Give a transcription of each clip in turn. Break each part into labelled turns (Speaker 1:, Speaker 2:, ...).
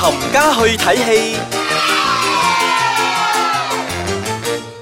Speaker 1: 冚家去睇戲，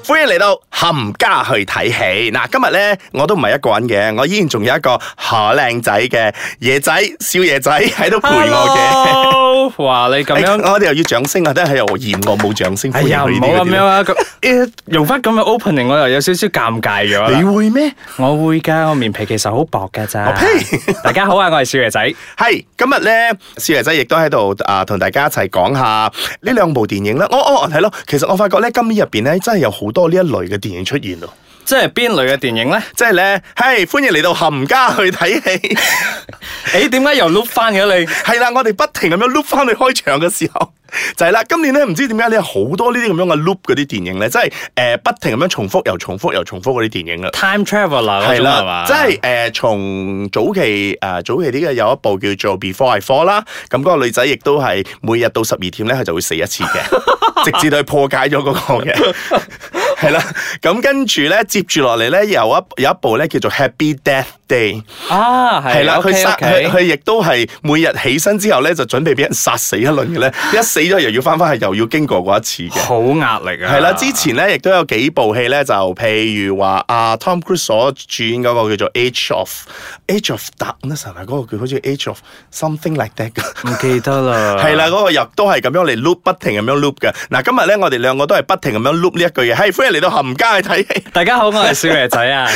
Speaker 2: 歡迎嚟到冚家去睇戲。嗱，今日咧我都唔係一個人嘅，我依然仲有一個好靚仔嘅野仔少爺仔喺度陪我
Speaker 3: Hello，哇！你咁
Speaker 2: 嘅。
Speaker 3: 樣，
Speaker 2: 哎我哋又要掌聲啊！都係又嫌我冇掌聲。
Speaker 3: 哎呀，唔好咁樣啊！咁 咦用翻咁嘅 opening，我又有少少尷尬咗
Speaker 2: 你
Speaker 3: 啦。
Speaker 2: 會咩？
Speaker 3: 我會㗎，我面皮其實好薄㗎咋
Speaker 2: 我呸。
Speaker 3: 大家好啊，我係少爺仔。
Speaker 2: 係今日咧，少爺仔亦都喺度啊，同大家一齊講下呢兩部電影啦。哦哦，係咯，其實我發覺咧，今年入邊咧真係有好多呢一類嘅電影出現咯。
Speaker 3: 即係邊類嘅電影咧？
Speaker 2: 即係咧，係歡迎嚟到冚家去睇戲。
Speaker 3: 誒，點解又碌翻嘅你？
Speaker 2: 係啦，我哋不停咁樣 loop 翻去開場嘅時候， 就係啦。今年咧唔知點解咧好多呢啲咁樣嘅 loop 嗰啲電影咧，即係誒不停咁樣重複又重複又重複嗰啲電影啦。
Speaker 3: Time Traveler 嗰
Speaker 2: 係
Speaker 3: 種係嘛
Speaker 2: 啦，？即係誒從早期誒、呃早期啲嘅有一部叫做 Before I Fall 啦，咁嗰個女仔亦都係每日到十二點咧，佢就會死一 次嘅，直至到佢破解咗嗰個嘅。係啦，咁跟住咧，接住落嚟咧，有一有一部咧叫做 Happy Death Day。
Speaker 3: 啊，係
Speaker 2: 係啦，佢殺佢
Speaker 3: OK，OK
Speaker 2: 佢亦都係每日起身之後咧，就準備俾人殺死一輪嘅咧，一死咗又要翻翻去，又要經過嗰一次嘅。
Speaker 3: 好壓力啊！
Speaker 2: 係啦，之前咧亦都有幾部戲咧，就譬如話啊 Tom Cruise 所主演嗰個叫做 Age of Age of Darkness 係咪嗰個叫好似 Age of Something like that 㗎
Speaker 3: 唔記得啦。
Speaker 2: 係啦，嗰、個又都係咁樣嚟 loop，不停咁樣 loop 嘅。嗱，今日咧我哋兩個都係不停咁樣 loop 呢一句嘢。係歡迎嚟到冚家去睇戲。
Speaker 3: 大家好，我係少爺仔 啊！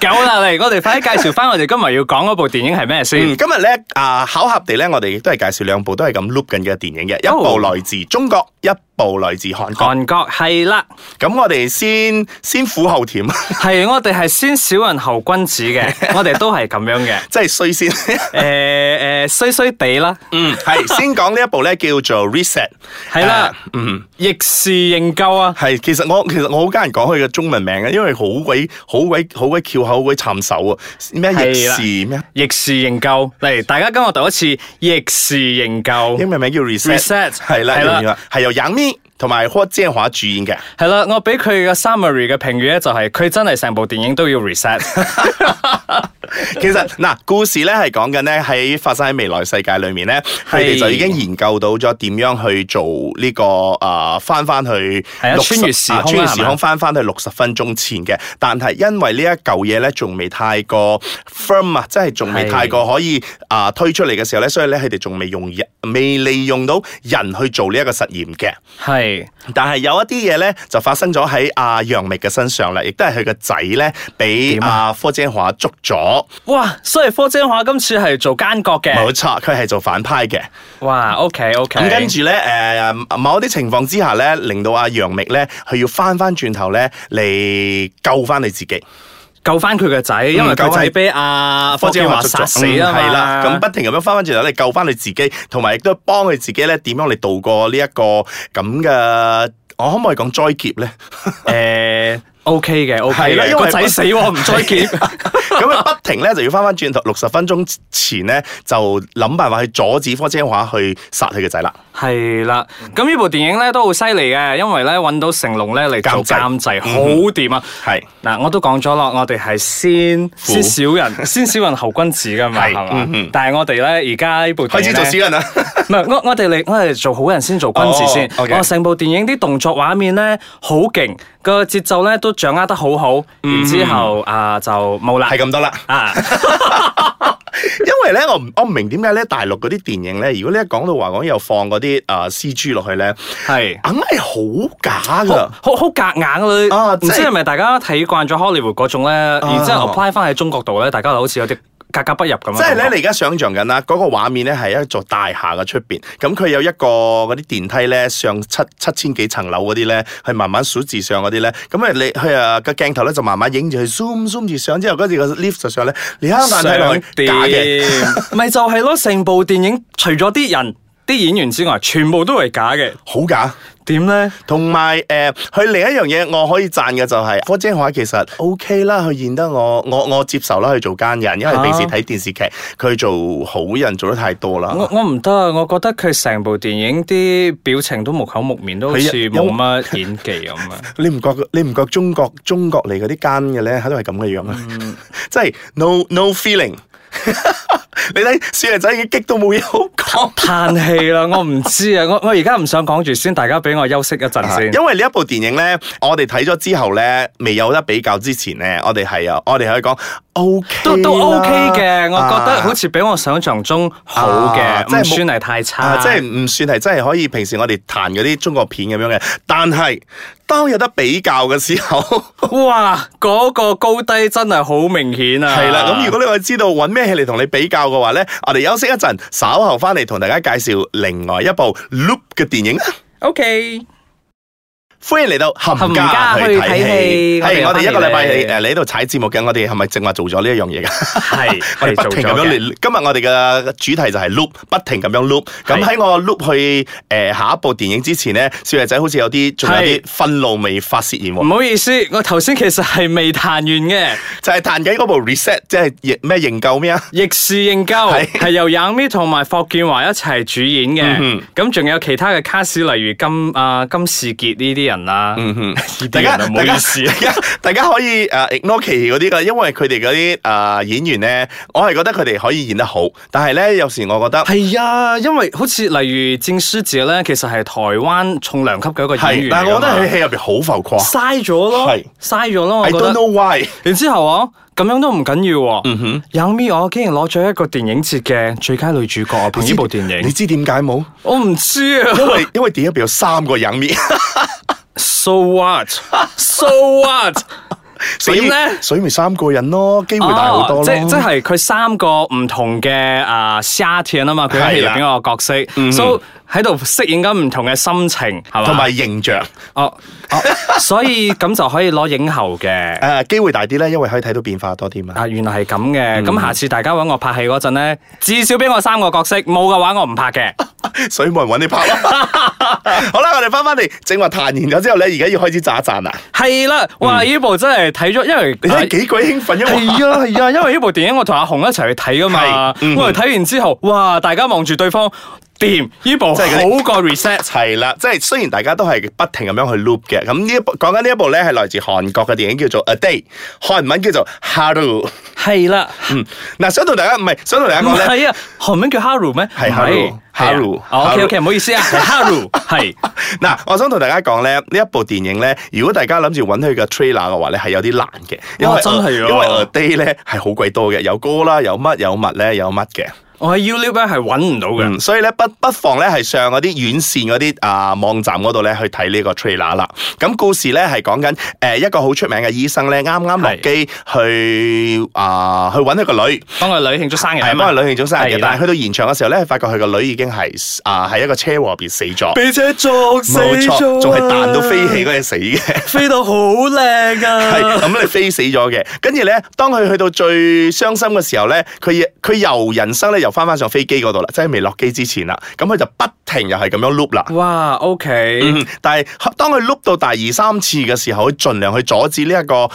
Speaker 3: 夠啦，嚟，我哋快啲介紹翻我哋今日要講嗰部電影係咩先
Speaker 2: 嗯，？今日咧啊，巧合地咧，我哋亦都係介紹兩部都係咁 loop 緊嘅電影嘅，一部
Speaker 3: 哦
Speaker 2: 來自中國，一部來自韓國。
Speaker 3: 韓國係啦。
Speaker 2: 咁我哋先先苦後甜，啊
Speaker 3: 係，我哋係先小人後君子嘅，我哋都係咁樣嘅。
Speaker 2: 即係衰先。
Speaker 3: 誒、誒，衰衰地啦，
Speaker 2: 嗯，係 先講呢一部咧叫做 Reset，
Speaker 3: 係啦
Speaker 2: 誒嗯，
Speaker 3: 逆時營救啊！
Speaker 2: 係其實我其實我好艱難講佢嘅中文名嘅，因為好鬼好鬼好鬼翹口，好鬼沉手啊！咩逆
Speaker 3: 係啦
Speaker 2: 時咩？
Speaker 3: 逆時營救嚟，大家跟我讀一次逆時營
Speaker 2: 英
Speaker 3: 救。
Speaker 2: 文名叫 Reset，
Speaker 3: Reset，
Speaker 2: 係啦，
Speaker 3: 係啦
Speaker 2: 容易啦係由楊冪同埋霍建華主演嘅。
Speaker 3: 係啦，我俾佢嘅 summary 嘅評語咧，就係佢真係成部電影都要 reset。
Speaker 2: 其實嗱，故事咧係講緊咧喺發生喺未來世界裏面咧，佢哋就已經研究到咗點樣去做呢、個啊翻翻去
Speaker 3: 係啊
Speaker 2: 60
Speaker 3: 穿越時空啊
Speaker 2: 啊穿越時
Speaker 3: 係
Speaker 2: 空
Speaker 3: 嘛
Speaker 2: 翻翻去六十分鐘前嘅。但係因為呢一嚿嘢咧仲未太過 firm 啊，即係仲未
Speaker 3: 係
Speaker 2: 太過可以啊、推出嚟嘅時候咧，所以咧佢哋仲未用人未利用到人去做呢一個實驗嘅。
Speaker 3: 係
Speaker 2: 但係有一啲嘢咧，就發生咗喺阿楊冪嘅身上啦，亦都係佢個仔咧俾
Speaker 3: 點啊
Speaker 2: 阿科姐華捉咗。
Speaker 3: 哇，所以科姐話今次係做奸角
Speaker 2: 冇
Speaker 3: 嘅。
Speaker 2: 錯，佢係做反派嘅。
Speaker 3: 哇，OK OK。
Speaker 2: 咁跟住咧，誒、某一啲情況之下咧，令到阿楊冪咧，佢要翻翻轉頭咧嚟救翻你自己。
Speaker 3: 救翻佢嘅仔，因為
Speaker 2: 嗯救嗯
Speaker 3: 佢
Speaker 2: 仔
Speaker 3: 係俾阿科姐話殺死啊嘛。
Speaker 2: 嗯係啦，咁不停咁樣翻翻轉頭嚟救翻你自己，同埋亦都幫佢自己咧點樣嚟度過呢、一個咁嘅。我可唔可以講災劫 咧？
Speaker 3: 誒 OK 嘅 OK
Speaker 2: 係啦因
Speaker 3: 嘅，
Speaker 2: 為
Speaker 3: 個仔死喎，唔再 見。
Speaker 2: 咁佢不停咧就要翻翻轉頭六十分鐘前咧，就諗辦法去阻止科姐華去殺佢嘅仔啦。
Speaker 3: 係啦，咁呢部電影咧都好犀利嘅，因為咧揾到成龍咧嚟做
Speaker 2: 監
Speaker 3: 監製，
Speaker 2: 製嗯
Speaker 3: 好掂啊！
Speaker 2: 係。
Speaker 3: 嗱，我都講咗咯，我哋係先先小 人，先小人後君子噶嘛，
Speaker 2: 係
Speaker 3: 係嘛
Speaker 2: 嗯嗯？
Speaker 3: 但係我哋咧而家呢部電
Speaker 2: 開
Speaker 3: 影
Speaker 2: 始做小
Speaker 3: 咧，
Speaker 2: 人啦，
Speaker 3: 唔係我我哋嚟，我哋做好人先做君子先
Speaker 2: 哦。，OK
Speaker 3: 我成部電影啲動作畫面咧好勁，個節奏咧都掌握得好好，然之後啊就冇啦
Speaker 2: 嗯係咁多啦。
Speaker 3: 啊。
Speaker 2: 因為咧，我唔我唔明點解咧，大陸嗰啲電影咧，如果你一講到華港又放嗰啲啊 C G 落去咧，
Speaker 3: 係
Speaker 2: 硬係好假
Speaker 3: 好
Speaker 2: 噶。
Speaker 3: 好好夾硬
Speaker 2: 啊
Speaker 3: 啦，你唔
Speaker 2: 即
Speaker 3: 知
Speaker 2: 係
Speaker 3: 係
Speaker 2: 啊
Speaker 3: 咪大家睇慣咗 Hollywood 嗰種咧，然之後 apply 翻喺中國度咧，大家就好似有啲格格不入咁樣。
Speaker 2: 即係咧，你而家想象緊啦，嗰、個畫面咧係一座大廈嘅出邊，咁佢有一個嗰啲電梯咧，上七七千幾層樓嗰啲咧，係慢慢數字上嗰啲咧，咁啊你佢啊個鏡頭咧就慢慢影住佢 zoom zoom 住上，之後跟住個 lift 就上咧，你一眼睇落去假嘅，
Speaker 3: 嘅， 咪就係咯，成部電影除咗啲人、啲演員之外，全部都係假嘅。
Speaker 2: 好假。
Speaker 3: 點咧？
Speaker 2: 同埋誒，呃佢、另一樣嘢我可以讚嘅就係、科姐話其實 O、k 啦，佢演得我我我接受啦，佢做奸人，因為
Speaker 3: 啊
Speaker 2: 平時睇電視劇佢做好人做得太多啦。
Speaker 3: 我我唔得啊！我覺得佢成部電影啲表情都木口木面，都好似
Speaker 2: 係啊有
Speaker 3: 冇乜演技咁 啊！
Speaker 2: 你唔覺你唔覺
Speaker 3: 嗯
Speaker 2: 中國中國嚟嗰啲奸嘅咧，喺度係咁嘅樣啊！即係 no no feeling， 你睇小人仔已經激到冇嘢好 講。
Speaker 3: 叹氣啦，我唔知啊，我我而家唔想講住先，大家俾我休息一陣先。
Speaker 2: 因為呢一部電影咧，我哋睇咗之後咧，未有得比較之前咧，我哋係啊，我哋可以講啊 O K
Speaker 3: 都都 OK 嘅，我覺得好
Speaker 2: 似
Speaker 3: 似比我想象中好嘅
Speaker 2: 啊，
Speaker 3: 唔
Speaker 2: 即係冇
Speaker 3: 算係太差
Speaker 2: 啊，。即係唔算係真係可以平時我哋彈嗰啲中國片咁樣嘅，但係當有得比較嘅時候。
Speaker 3: 哇，嗰個高低真係好明顯啊！
Speaker 2: 係啦，咁如果你話知道揾咩戲嚟同你比較嘅話咧，我哋休息一陣，稍後翻嚟同大家介紹另外一部 Loop 嘅電影啦。
Speaker 3: OK。
Speaker 2: 歡迎嚟到冚家去睇戲，係我哋一個禮拜誒你喺度踩節目嘅，我哋係咪正話做咗呢一樣嘢㗎？
Speaker 3: 係
Speaker 2: 我哋
Speaker 3: 係
Speaker 2: 不
Speaker 3: 做
Speaker 2: 停
Speaker 3: 咗
Speaker 2: 咁樣
Speaker 3: 嘅
Speaker 2: 嚟，今日我哋嘅主題就係 loop，不停咁樣 loop。咁
Speaker 3: 係
Speaker 2: 喺我 loop 去誒下一部電影之前咧，少爺仔好似有啲仲有啲
Speaker 3: 係
Speaker 2: 憤怒未發泄完
Speaker 3: 唔
Speaker 2: 喎，
Speaker 3: 好意思，我頭先其實係未彈完嘅，
Speaker 2: 就係彈緊嗰部 reset，即係認咩營救咩啊？
Speaker 3: 逆市認救
Speaker 2: 係
Speaker 3: 係由楊冪同埋霍建華一齊主演
Speaker 2: 嗯
Speaker 3: 嘅，咁仲有其他嘅卡士，例如金啊金士傑呢啲人啦，呢
Speaker 2: 大
Speaker 3: 啲
Speaker 2: 家
Speaker 3: 人啊唔好
Speaker 2: 嗯大
Speaker 3: 意
Speaker 2: 家
Speaker 3: 思。
Speaker 2: 大家大家可以誒 ignore 其餘嗰啲噶，因為佢哋嗰啲誒演員咧，我係覺得佢哋可以演得好，但係咧有時我覺得
Speaker 3: 係啊，因為好似例如戰書姐咧，其實係台灣重量級嘅一個演
Speaker 2: 係，
Speaker 3: 員嚟㗎嘛，
Speaker 2: 但係我覺得佢戲入邊好浮誇
Speaker 3: 嘥咗咯
Speaker 2: 係，
Speaker 3: 嘥咗咯，我
Speaker 2: ，I
Speaker 3: 覺
Speaker 2: don't
Speaker 3: 得。
Speaker 2: know why。
Speaker 3: 然之後啊，咁樣都唔緊要喎。嗯哼，有咪我竟然攞咗一個電影節嘅最佳女主角啊！憑呢部電
Speaker 2: 你
Speaker 3: 影，
Speaker 2: 知點解冇？
Speaker 3: 我唔知 啊。
Speaker 2: 因為因為電影入邊有三個影面，
Speaker 3: So what？So what？
Speaker 2: 所以
Speaker 3: 點咧
Speaker 2: 所以咪三個人咯，機會大好多
Speaker 3: 哦
Speaker 2: 咯。
Speaker 3: 即即係佢三個唔同嘅啊沙田啊嘛，佢喺戲入
Speaker 2: 係嗯
Speaker 3: 邊個角色，所以喺度飾演緊唔同嘅心情，係嘛？
Speaker 2: 同埋形象，
Speaker 3: 哦哦，所以咁就可以攞影后 嘅。
Speaker 2: 誒機會大啲咧，因為可以睇到變化多啲嘛。
Speaker 3: 啊，原來係咁
Speaker 2: 嗯
Speaker 3: 嘅，咁、下次大家揾我拍戲嗰陣咧，至少俾我三個角色，冇嘅話我唔拍 嘅。
Speaker 2: 所以冇人揾你 拍啦。好啦，我哋翻翻嚟，正話彈完咗之後咧，而家要開始讚一讚啦。
Speaker 3: 係啦，哇！呢、部真係睇咗，因為
Speaker 2: 嗯
Speaker 3: 啊
Speaker 2: 你睇幾啊鬼興奮，因為
Speaker 3: 係啊係啊，因為呢部電影我同阿紅一齊去睇噶嘛
Speaker 2: 係，嗯
Speaker 3: 我哋睇完之後，哇！大家望住對方，掂呢部
Speaker 2: 真係嗰
Speaker 3: 好過 reset。
Speaker 2: 係啦，即係雖然大家都係不停咁樣去 loop 嘅，咁呢一部講緊呢一部咧係來自韓國嘅電影叫做《A Day》，韓文叫做《Haru》。
Speaker 3: 係啦，
Speaker 2: 嗯，嗱，想同大家唔係想同大
Speaker 3: 唔
Speaker 2: 家講咧，
Speaker 3: 係啊，韓名叫 Haru 咩？
Speaker 2: 係 Haru，
Speaker 3: Ờ,
Speaker 2: Haru，
Speaker 3: OK
Speaker 2: Haru
Speaker 3: OK，唔好意 思啊係，Haru à. 係
Speaker 2: 嗱，我想同大家講咧，呢一部電影咧，如果大家諗住揾佢嘅 trailer 嘅話咧，係有啲難嘅，因
Speaker 3: 哇
Speaker 2: 為呃
Speaker 3: 真係啊
Speaker 2: 因為《A Day》咧係好鬼多嘅，有歌啦，有乜有物咧，有乜嘅。
Speaker 3: 我喺 YouTube 咧係揾唔到嘅。
Speaker 2: 嗯，所以咧不不妨咧係上嗰啲院線嗰啲啊網站嗰度咧去睇呢個 trailer 啦。咁故事咧係講緊誒一個好出名嘅醫生咧，啱啱落機去啊、去揾佢個女，
Speaker 3: 幫個女慶祝生日啊
Speaker 2: 係
Speaker 3: 嘛
Speaker 2: 幫佢女慶祝生日
Speaker 3: 係
Speaker 2: 嘅
Speaker 3: 啦。
Speaker 2: 但係去到現場嘅時候咧，發覺佢個女已經係啊喺一個車禍入邊死咗。
Speaker 3: 俾車撞死
Speaker 2: 冇錯，
Speaker 3: 咗，啊
Speaker 2: 仲係彈到飛 起，嗰隻死嘅，
Speaker 3: 飛到好靚
Speaker 2: 係
Speaker 3: 啊！
Speaker 2: 咁你飛死咗嘅。跟住咧，當佢去到最傷心嘅時候咧，佢佢由人生咧又翻翻上飛機嗰度啦，即係未落機之前啦。咁佢就不停又係咁樣 loop 啦。
Speaker 3: 哇，OK，
Speaker 2: 嗯，但係當佢碌到第二三次嘅時候，佢盡量去阻止呢、一個誒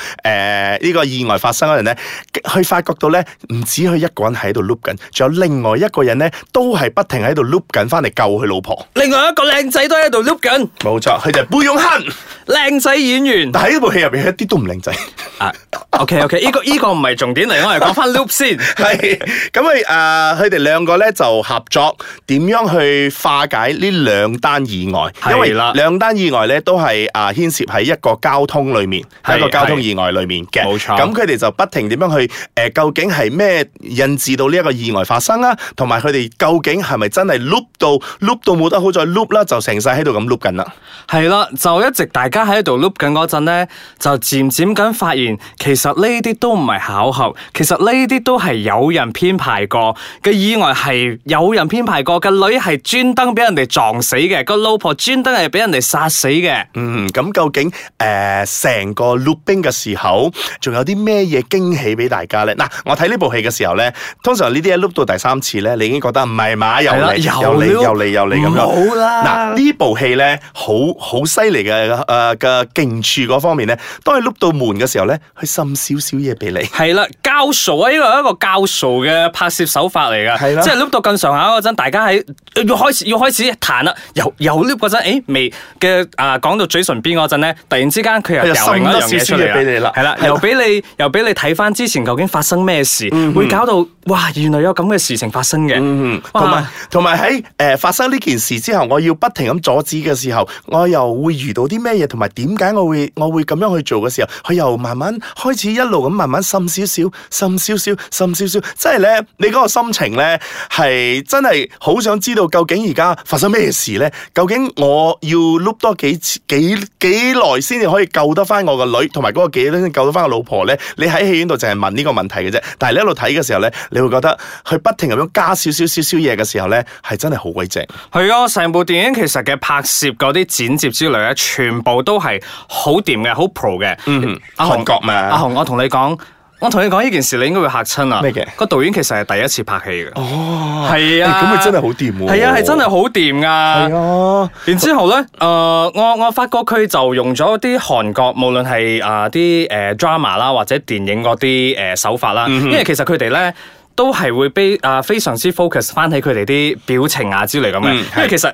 Speaker 2: 呢、個意外發生嗰陣咧，佢發覺到咧唔止佢一個人喺度碌緊，仲有另外一個人咧都係不停喺度碌緊翻嚟救佢老婆。
Speaker 3: 另外一個靚仔都喺度碌緊，
Speaker 2: 冇錯，佢就係貝勇亨，
Speaker 3: 靚仔演員。
Speaker 2: 但係呢部戲入邊佢一啲都唔靚仔。
Speaker 3: 啊，OK À, OK，呢個呢個唔係重點嚟，我嚟講翻 loop 先。
Speaker 2: 係咁佢誒，呃佢哋兩個咧就合作點樣去化解呢兩單意外？
Speaker 3: 係
Speaker 2: 因為
Speaker 3: 啦
Speaker 2: 兩單意外咧都係啊牽涉喺一個交通裡面，
Speaker 3: 係
Speaker 2: 一個交通意外裡面嘅。
Speaker 3: 冇錯
Speaker 2: 咁佢哋就不停點樣去誒、呃究竟係咩引致到呢一個意外發生啦？同埋佢哋究竟係咪真係 loop 到 loop 到冇得好再 loop 啦？就成世喺度咁 loop 緊啦。
Speaker 3: 係啦，就一直大家喺度 loop 緊嗰陣咧，就漸漸咁發現，其實呢啲都唔係巧合，其實呢啲都係有人編排過嘅意外係有人編排過，個女係專登俾人哋撞死嘅，個老婆專登係俾人哋殺死嘅。
Speaker 2: 嗯，咁究竟誒成、個 looping 嘅時候，仲有啲咩嘢驚喜俾大家咧？嗱，我睇呢部戲嘅時候咧，通常呢啲一 loop 到第三次咧，你已經覺得唔係嘛，又
Speaker 3: 係啦
Speaker 2: 嚟又嚟
Speaker 3: 又 loop，
Speaker 2: 又嚟又嚟咁樣。
Speaker 3: 唔好啦
Speaker 2: 嗱呢部戲咧，好好犀利嘅誒嘅勁處嗰方面咧，當你 loop 到門嘅時候咧，佢滲少少嘢俾你。
Speaker 3: 係啦，教數啊，呢個係一個教數嘅拍攝手法嚟噶，
Speaker 2: 係啦
Speaker 3: 即係 loop 到咁上下嗰陣，大家喺要開始要開開始彈啦，由由 lift 嗰陣，誒未嘅啊講到嘴唇邊嗰陣咧，突然之間佢又
Speaker 2: 佢就
Speaker 3: 又另一
Speaker 2: 滲
Speaker 3: 樣
Speaker 2: 多少
Speaker 3: 嘢
Speaker 2: 少
Speaker 3: 出嚟
Speaker 2: 嘢俾你啦
Speaker 3: 係啦，
Speaker 2: 係啦
Speaker 3: 又俾你又俾你睇翻之前究竟發生咩事，會搞到哇原來有咁嘅事情發生嘅，
Speaker 2: 嗯，
Speaker 3: 哇
Speaker 2: 同埋同埋喺誒發生呢件事之後，我要不停咁阻止嘅時候，我又會遇到啲咩嘢，同埋點解我會我會咁樣去做嘅時候，佢又慢慢開始一路咁慢慢滲少少、滲少少、滲少少，即係咧你嗰個心情咧係真係好想知道究竟而家發生咩事咧？究竟我要碌多幾次幾幾耐先至可以救得翻我個女，同埋嗰個幾耐先救得翻個老婆咧？你喺戲院度淨係問呢個問題嘅啫，但係你一路睇嘅時候咧，你會覺得佢不停咁樣加少少少少嘢嘅時候咧，係真係好鬼正。
Speaker 3: 係啊，成部電影其實嘅拍攝嗰啲剪接之類咧，全部都係好掂嘅，好 pro 嘅。嗯阿
Speaker 2: 韓
Speaker 3: 紅
Speaker 2: 國嘛
Speaker 3: 阿紅，我同你講，我同你講呢件事，你應該會嚇親啊。
Speaker 2: 咩嘅
Speaker 3: 個導演其實係第一次拍戲嘅。
Speaker 2: 哦，
Speaker 3: 係啊，
Speaker 2: 咁佢真係好掂喎。
Speaker 3: 係啊，係真係好掂噶。
Speaker 2: 係啊。
Speaker 3: 然之後咧，誒、我我發覺佢就用咗啲韓國，無論係啊啲誒 drama 啦，或者電影嗰啲誒手法
Speaker 2: 嗯
Speaker 3: 啦，因為其實佢哋咧。都係會非啊、非常之 focus 翻起佢哋啲表情啊之類咁嘅，
Speaker 2: 嗯
Speaker 3: 因為其實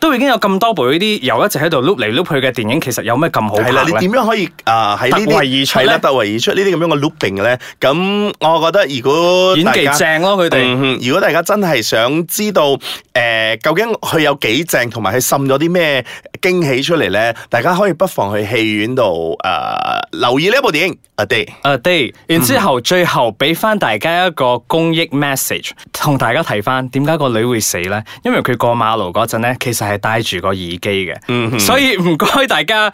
Speaker 3: 都已經有咁多部呢啲由一直喺度碌嚟碌去嘅電影，其實有咩咁好拍
Speaker 2: 係啦，你
Speaker 3: 咧？
Speaker 2: 點樣可以啊喺呢
Speaker 3: 突圍
Speaker 2: 啲
Speaker 3: 而出
Speaker 2: 係啦
Speaker 3: 呢
Speaker 2: 突圍而出呢啲咁樣嘅 looping 咧？咁我覺得如果
Speaker 3: 演
Speaker 2: 大
Speaker 3: 技
Speaker 2: 家
Speaker 3: 正咯，佢哋。
Speaker 2: 嗯哼如果大家真係想知道誒、呃究竟佢有幾正，同埋佢滲咗啲咩驚喜出嚟咧，大家可以不妨去戲院度誒、呃留意呢一部電影《A 呃 Day》。
Speaker 3: A day，然呃之後
Speaker 2: 嗯
Speaker 3: 最後俾翻大家一個公益 message，同大家提翻點解個女會死呢？因為佢過馬路嗰陣呢，其實係戴住個耳機嘅，
Speaker 2: 嗯
Speaker 3: 所以唔該大家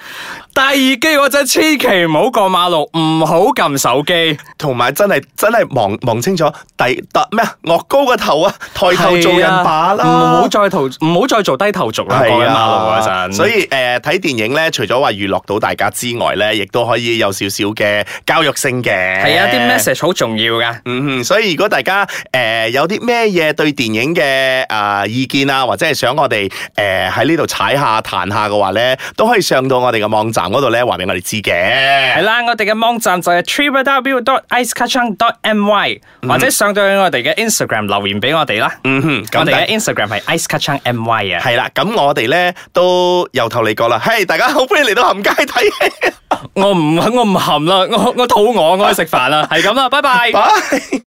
Speaker 3: 戴耳機嗰陣千祈唔好過馬路，唔好撳手機。
Speaker 2: 同埋真係真係望望清楚，第突咩啊？岳高個頭啊，抬頭做人把啦，
Speaker 3: 係啊唔好再頭唔好再做低頭族啦，過
Speaker 2: 係
Speaker 3: 緊馬路嗰
Speaker 2: 啊，
Speaker 3: 陣。
Speaker 2: 所以誒睇、電影咧，除咗話娛樂到大家之外咧，亦都可以有少少嘅教育性嘅。
Speaker 3: 係啊，啲 message 好重要噶。
Speaker 2: 嗯哼，所以如果大家誒、呃有啲咩嘢對電影嘅啊、意見啊，或者係想我哋誒喺呢度踩下彈下嘅話咧，都可以上到我哋嘅網站嗰度咧，話俾我哋知
Speaker 3: 係
Speaker 2: 嘅。
Speaker 3: 啦，我哋嘅網站就係 www.icekachang.my，或者上到去我哋嘅 Instagram 留言俾我哋啦。
Speaker 2: 嗯哼，咁
Speaker 3: 我
Speaker 2: 大
Speaker 3: 哋嘅 Instagram 係 icekachangmy 啊。
Speaker 2: 係啦，咁我哋咧都由頭嚟過啦。嘿，大家好，歡迎嚟到冚街睇戲。
Speaker 3: 我唔我唔含啦，我我肚餓，我去食飯啦，係咁啦，拜拜。
Speaker 2: 拜。